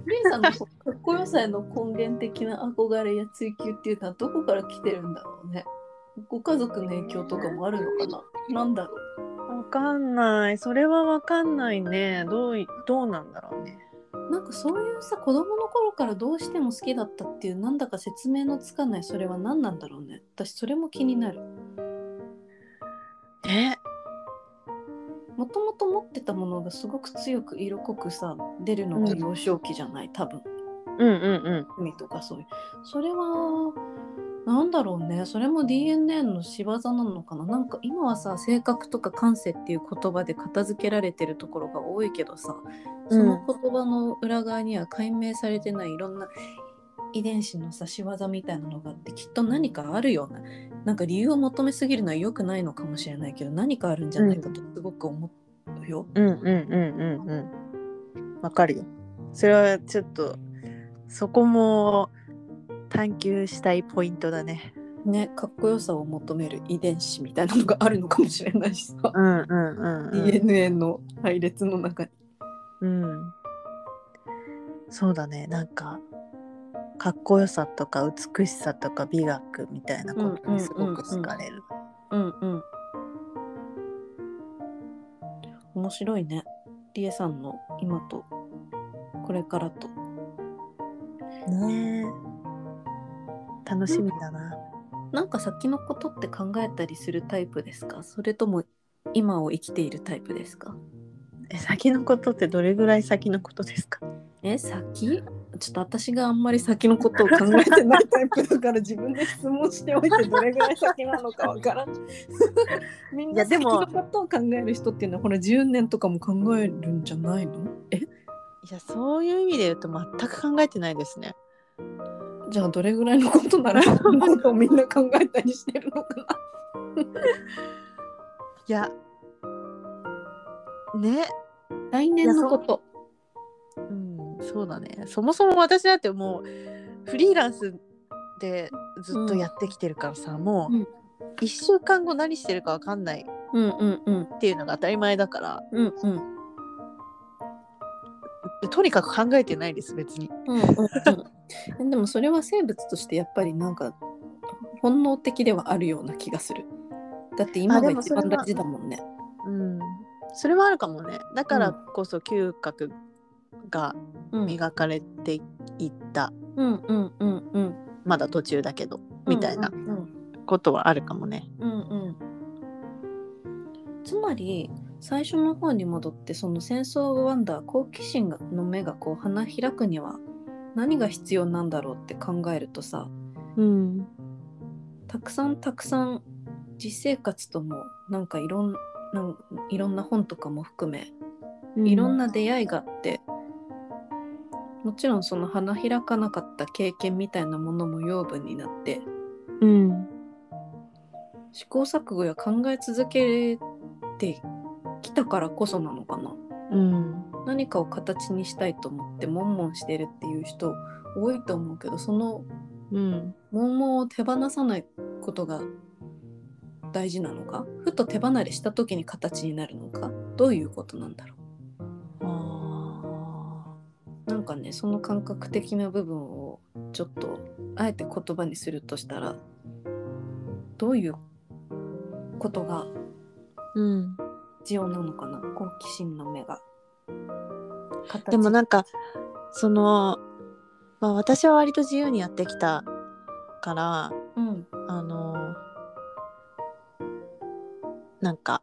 ルイさんのこかっこよさへの根源的な憧れや追求っていうのはどこから来てるんだろうね。ご家族の影響とかもあるのかな。なんだろう。わかんないそれはわかんないねどういどうなんだろうねなんかそういうさ子供の頃からどうしても好きだったっていうなんだか説明のつかないそれは何なんだろうね。私それも気になる。えもともと持ってたものがすごく強く色濃くさ出るのが幼少期じゃない多分。うんうんうん海とかそういうそれはなんだろうねそれも DNA の仕業なのかななんか今はさ性格とか感性っていう言葉で片付けられてるところが多いけどさその言葉の裏側には解明されてないいろんな遺伝子のさ仕業みたいなのがあってきっと何かあるようななんか理由を求めすぎるのは良くないのかもしれないけど何かあるんじゃないかとすごく思うよ。うんうんうんうんうんわかるよそれはちょっとそこも探求したいポイントだねねかっこよさを求める遺伝子みたいなのがあるのかもしれないしさ。うんうんうん、うん DNA の配列の中に。うん、そうだねなんかかっこよさとか美しさとか美学みたいなことにすごく好かれる、うんうん。面白いね。りえさんの今とこれからと。ねえ楽しみだな、なんか先のことって考えたりするタイプですかそれとも今を生きているタイプですかえ先のことってどれぐらい先のことですかえ先ちょっと私があんまり先のことを考えてないタイプだから自分で質問しておいてどれぐらい先なのかわからんみんいやなで先ものことを考える人っていうのはほら10年とかも考えるんじゃないのえいやそういう意味で言うと全く考えてないですねじゃあどれぐらいのことならことをみんな考えたりしてるのかないやね来年のことうんそうだねそもそも私だってもうフリーランスでずっとやってきてるからさ、もうんう1週間後何してるか分かんないうんうんうんっていうのが当たり前だからうんうんとにかく考えてないです別にうんうんでもそれは生物としてやっぱりなんか本能的ではあるような気がするだって今あがでも一それは番大事だもんねうんそれはあるかもねだからうんこそ嗅覚がうん磨かれていった、うんうんうんうんまだ途中だけどみたいなうんうんことはあるかもねうんうんつまり最初の方に戻ってその戦争をワンダー好奇心の目がこう花開くには何が必要なんだろうって考えるとさうんたくさんたくさん実生活ともなんかいろんなんいろんな本とかも含めいろんな出会いがあって、もちろんその花開かなかった経験みたいなものも養分になってうん試行錯誤や考え続けてきたからこそなのかなうん何かを形にしたいと思って悶々してるっていう人多いと思うけどそのうん悶々を手放さないことが大事なのかふと手離れした時に形になるのかどういうことなんだろあうなんかねその感覚的な部分をちょっとあえて言葉にするとしたらどういうことがーうん必要なのかな好奇心の目が。でもなんんかそのまあ私は割と自由にやってきたからうんあのなんか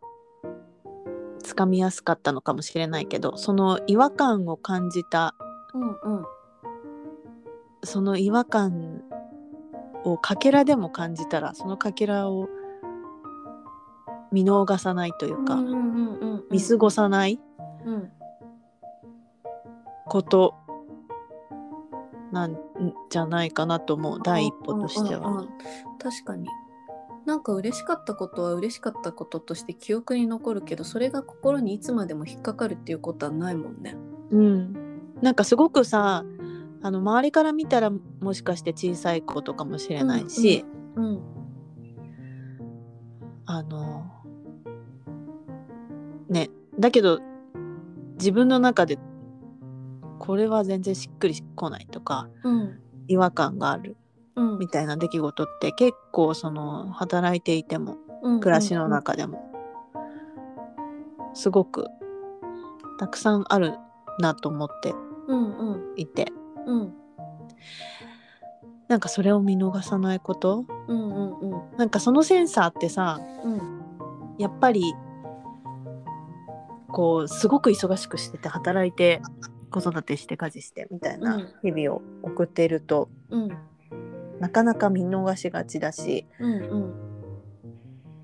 つかみやすかったのかもしれないけどその違和感を感じたうんうんその違和感をかけらでも感じたらそのかけらを見逃さないというか、うんうんうんうん見過ごさないうんことなんじゃないかなと思う第一歩としてうんうんうはん。確かになんか嬉しかったことは嬉しかったこととして記憶に残るけどそれが心にいつまでも引っかかるっていうことはないもんね。うん、なんかすごくさあの周りから見たらもしかして小さい子とかもしれないし、うん、あのねだけど自分の中でこれは全然しっくりこないとかうん、違和感があるうん、みたいな出来事って結構その働いていても暮暮らしの中でもすごくたくさんあるなと思ってうんうんいてうんなんかそれを見逃さないことうんうんうんなんかそのセンサーってさうんやっぱりこうすごく忙しくしてて働いて子育てして家事してみたいな日々を送っていると、うんなかなか見逃しがちだしうん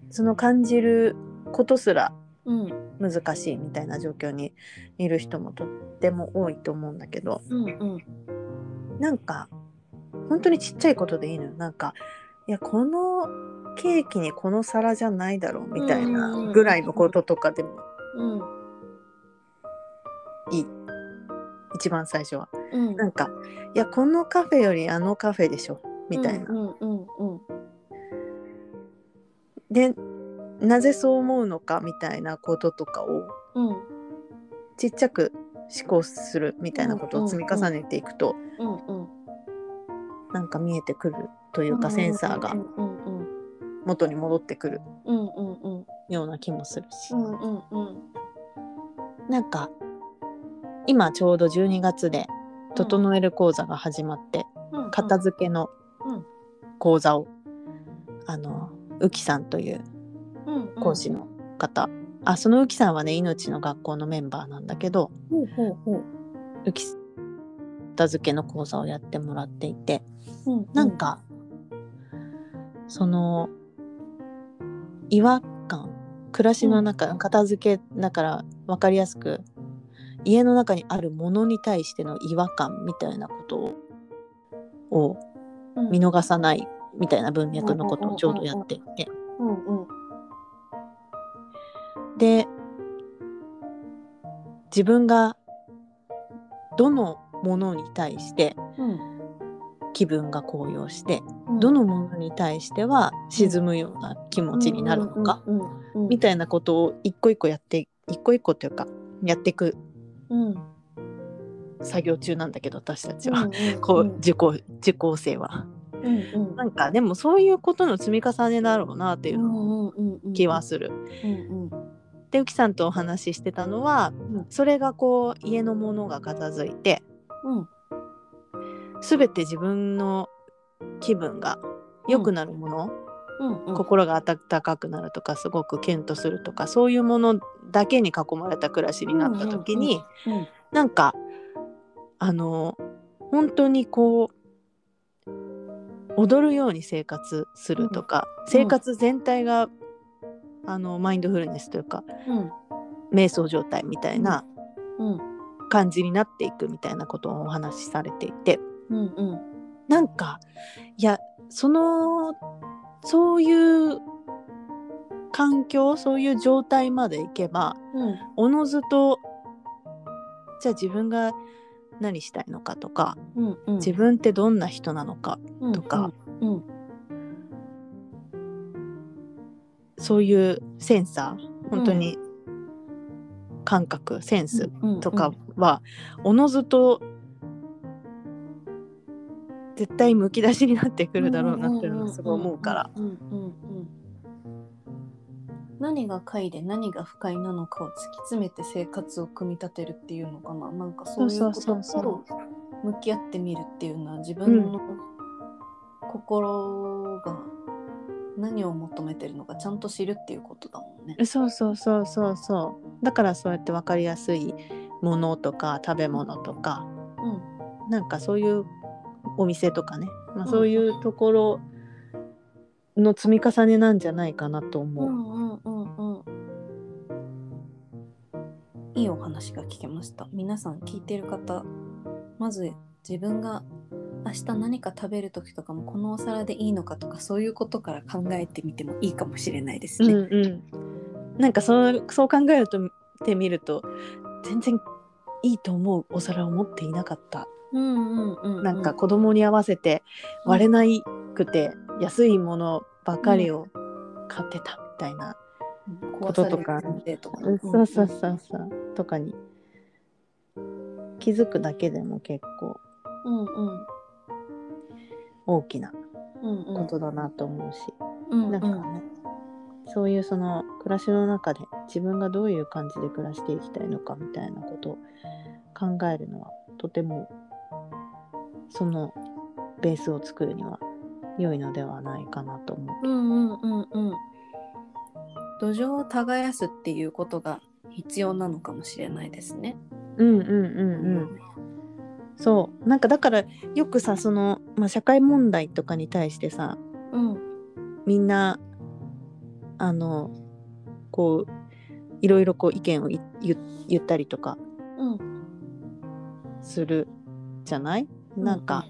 その感じることすらうん難しいみたいな状況にいる人もとっても多いと思うんだけどうんなんか本当にちっちゃいことでいいのよなんかいやこのケーキにこの皿じゃないだろうみたいなぐらいのこととかでもうんいい一番最初はうんなんかいやこのカフェよりあのカフェでしょみたいな、うんうんうんでなぜそう思うのかみたいなこととかをうんちっちゃく思考するみたいなことを積み重ねていくと、うんうんなんか見えてくるというか、センサーがうんうん元に戻ってくるうんうんうんような気もするし、うんうんうんなんか今ちょうど12月で「整える講座」が始まって、片付けのうん講座を、あのうきさんという講師の方、あそのうきさんはね命の学校のメンバーなんだけどほうほうほううきさん片付けの講座をやってもらっていてなんか、その違和感暮らしの中、片付けだから分かりやすく家の中にあるものに対しての違和感みたいなことをを見逃さないみたいな文脈のことをちょうどやっていてうんうんで自分がどのものに対してうん気分が高揚してうんどのものに対しては沈むような気持ちになるのかうんうんうんみたいなことを一個一個やって一個一個というかやっていくうんうん作業中なんだけど私たちは、うんこうんう受講受講生は。うんうんなんかでもそういうことの積み重ねだろうなっていううんうんうん気はする。うんでうきさんとお話ししてたのは、うんそれがこう家のものが片付いてうんうん全て自分の気分が良くなるもの、うんうん心が温かくなるとかすごくキュンとするとかそういうものだけに囲まれた暮らしになった時に、うんなんかあの本当にこう踊るように生活するとか、生活全体があのマインドフルネスというかうん瞑想状態みたいなうん感じになっていくみたいなことをお話しされていてうんうんなんかいやそのそういう環境そういう状態までいけば、うんおのずとじゃあ自分が何したいのかとか、うんうん自分ってどんな人なのか分とか、うんそういうセンサー本当に感覚、センスうんうんとかはおのずと絶対むき出しになってくるだろうなっていうのはすごい思うから。んうんうんうん何が快で何が不快なのかを突き詰めて生活を組み立てるっていうのかななんかそういうこそうそうそとうそと向き合ってみるっていうのは自分の心が何を求めてるのかちゃんと知るっていうことだもんね。そうそうそうそうそうだからそうやって分かりやすいものとか食べ物とか、うんなんかそういうお店とかね、まあ、うんそういうところの積み重ねなんじゃないかなとう思う。んうんうんういいお話が聞けました皆さん聞いてる方まず自分が明日何か食べる時とかもこのお皿でいいのかとかそういうことから考えてみてもいいかもしれないですね、うんうん、なんかそうそう考えるとてみると全然いいと思うお皿を持っていなかった、うんうんうんうんなんか子供に合わせて割れなくて安いものばかりを買ってたみたいな、こととか壊される前提とかうんねそうそうそうそうとかに気づくだけでも結構うんうん大きなうんうんことだなと思うし、うんなんかね、そういうその暮らしの中で自分がどういう感じで暮らしていきたいのかみたいなことを考えるのはとてもそのベースを作るには良いのではないかなと思う。うんうんうんうん土壌を耕すっていうことが必要なのかもしれないですね。うんうんうんうん。そうなんかだからよくさその、まあ、社会問題とかに対してさうんみんなあのこういろいろこう意見をい言言ったりとかうんするじゃないうんなんか、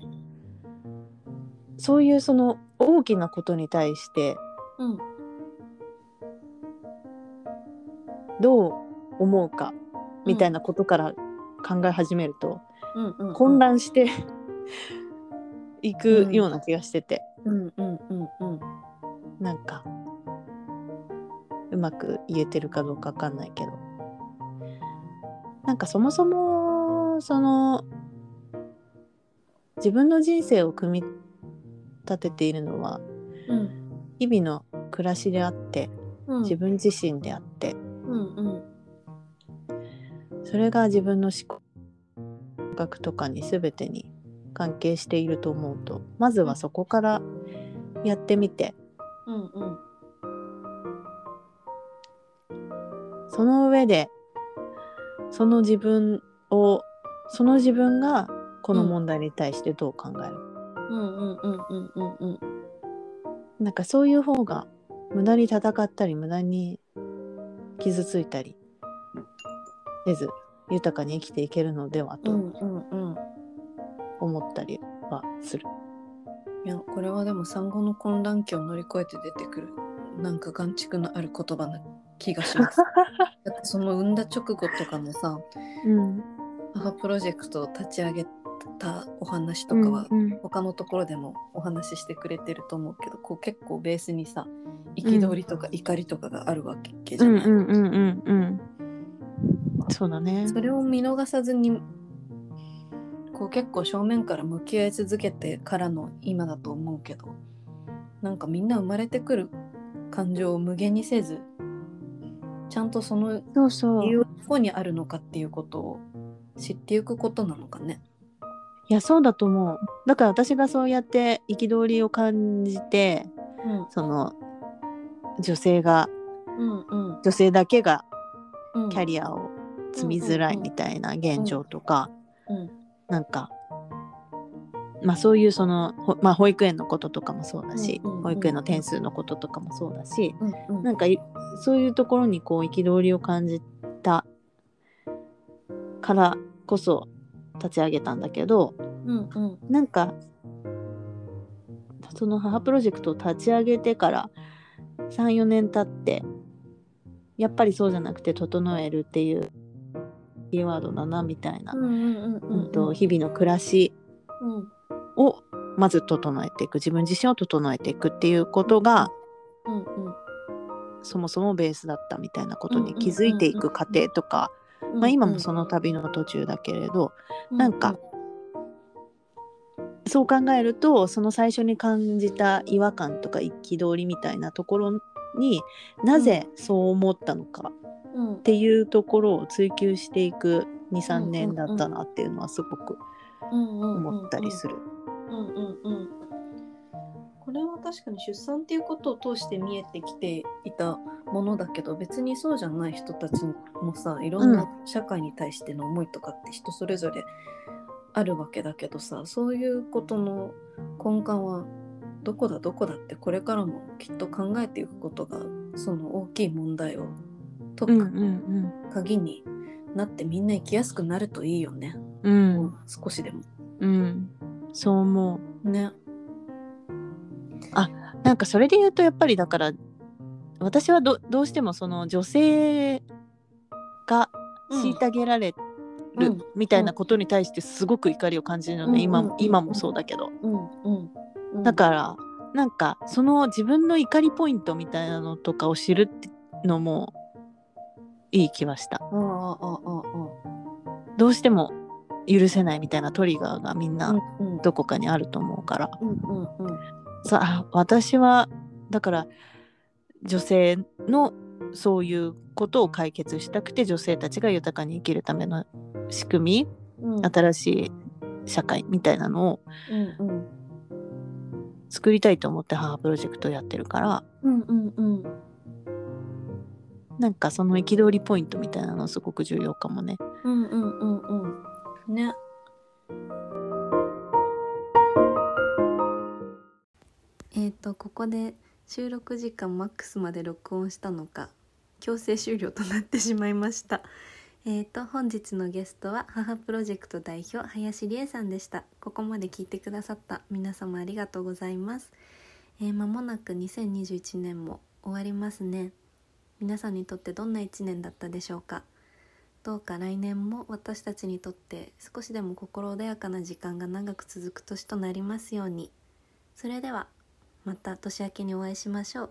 そういうその大きなことに対してうんどう思うかみたいなことから考え始めると、うんうんうん混乱して いくような気がしてて、うんうんうんうんなんかうまく言えてるかどうかわかんないけどなんかそもそもその自分の人生を組み立てているのはうん日々の暮らしであってうん自分自身であって、うんうんそれが自分の思考感覚とかに全てに関係していると思うとまずはそこからやってみてうんうんその上でその自分をその自分がこの問題に対してどう考える、うんうんうんうんうんうんなんかそういう方が無駄に戦ったり無駄に傷ついたりせず豊かに生きていけるのではうとんうんうん思ったりはする。いやこれはでも産後の混乱期を乗り越えて出てくるなんか眼蓄のある言葉な気がしますだってその産んだ直後とかもさ うん、母プロジェクトを立ち上げたお話とかは他のところでもお話ししてくれてると思うけどこう結構ベースにさ憤りとか怒りとかがあるわけじゃうんない、うんうんうんうんそうだねそれを見逃さずにこう結構正面から向き合い続けてからの今だと思うけどなんかみんな生まれてくる感情を無限にせずちゃんとそのそうそう理い由がどこにあるのかっていうことを知っていくことなのかね。やそうだと思うだから私がそうやって憤りを感じてうんその女性がうんうん女性だけがうん、キャリアを積みづらいみたいな現状とか、うんなんかまあそういうその、ほまあ、保育園のこととかもそうだし、うんうんうん保育園の点数のこととかもそうだしうんうんなんかいそういうところにこう憤りを感じたからこそ立ち上げたんだけどうんうんなんかその母プロジェクトを立ち上げてから34年経ってやっぱりそうじゃなくて整えるっていうキーワードだなみたいな、うんうんうんうんと日々の暮らしうんをまず整えていく自分自身を整えていくっていうことがうんうんそもそもベースだったみたいなことに気づいていく過程とか、うんまあ、今もその旅の途中だけれど、なんかそう考えるとその最初に感じた違和感とか憤りみたいなところになぜそう思ったのかうんうんっていうところを追求していくうんうん23うん年だったなっていうのはすごくうんうんうん思ったりする。うんうんうんこれは確かに出産っていうことを通して見えてきていたものだけど別にそうじゃない人たちもさいろんな社会に対しての思いとかって人それぞれあるわけだけどさそういうことの根幹はどこだどこだってこれからもきっと考えていくことがその大きい問題を解くうん鍵になってみんな生きやすくなるといいよね、うん、少しでもうん、そう思う。ねなんかそれで言うとやっぱりだから私はどどうしてもその女性が虐げられうるんみたいなことに対してすごく怒りを感じるのね、うん今うんも今もそうだけど、うんうんうんだからなんかその自分の怒りポイントみたいなのとかを知るってのもいい気はしたあああああどうしても許せないみたいなトリガーがみんあああなうんうんどこかにあると思うから、うんうんうんさあ私はだから女性のそういうことを解決したくて女性たちが豊かに生きるための仕組うんみ新しい社会みたいなのをうんうん作りたいと思って母プロジェクトをやってるからうんうんうんなんかその憤りポイントみたいなのすごく重要かもね。うんうんうんうんねえっ、とここで収録時間マックスまで録音したのか強制終了となってしまいました。 えっ、と本日のゲストは母プロジェクト代表林理恵さんでした。ここまで聞いてくださった皆様ありがとうございます。えー、間もなく2021年も終わりますね。皆さんにとってどんな一年だったでしょうか。どうか来年も私たちにとって少しでも心穏やかな時間が長く続く年となりますように。それではまた年明けにお会いしましょう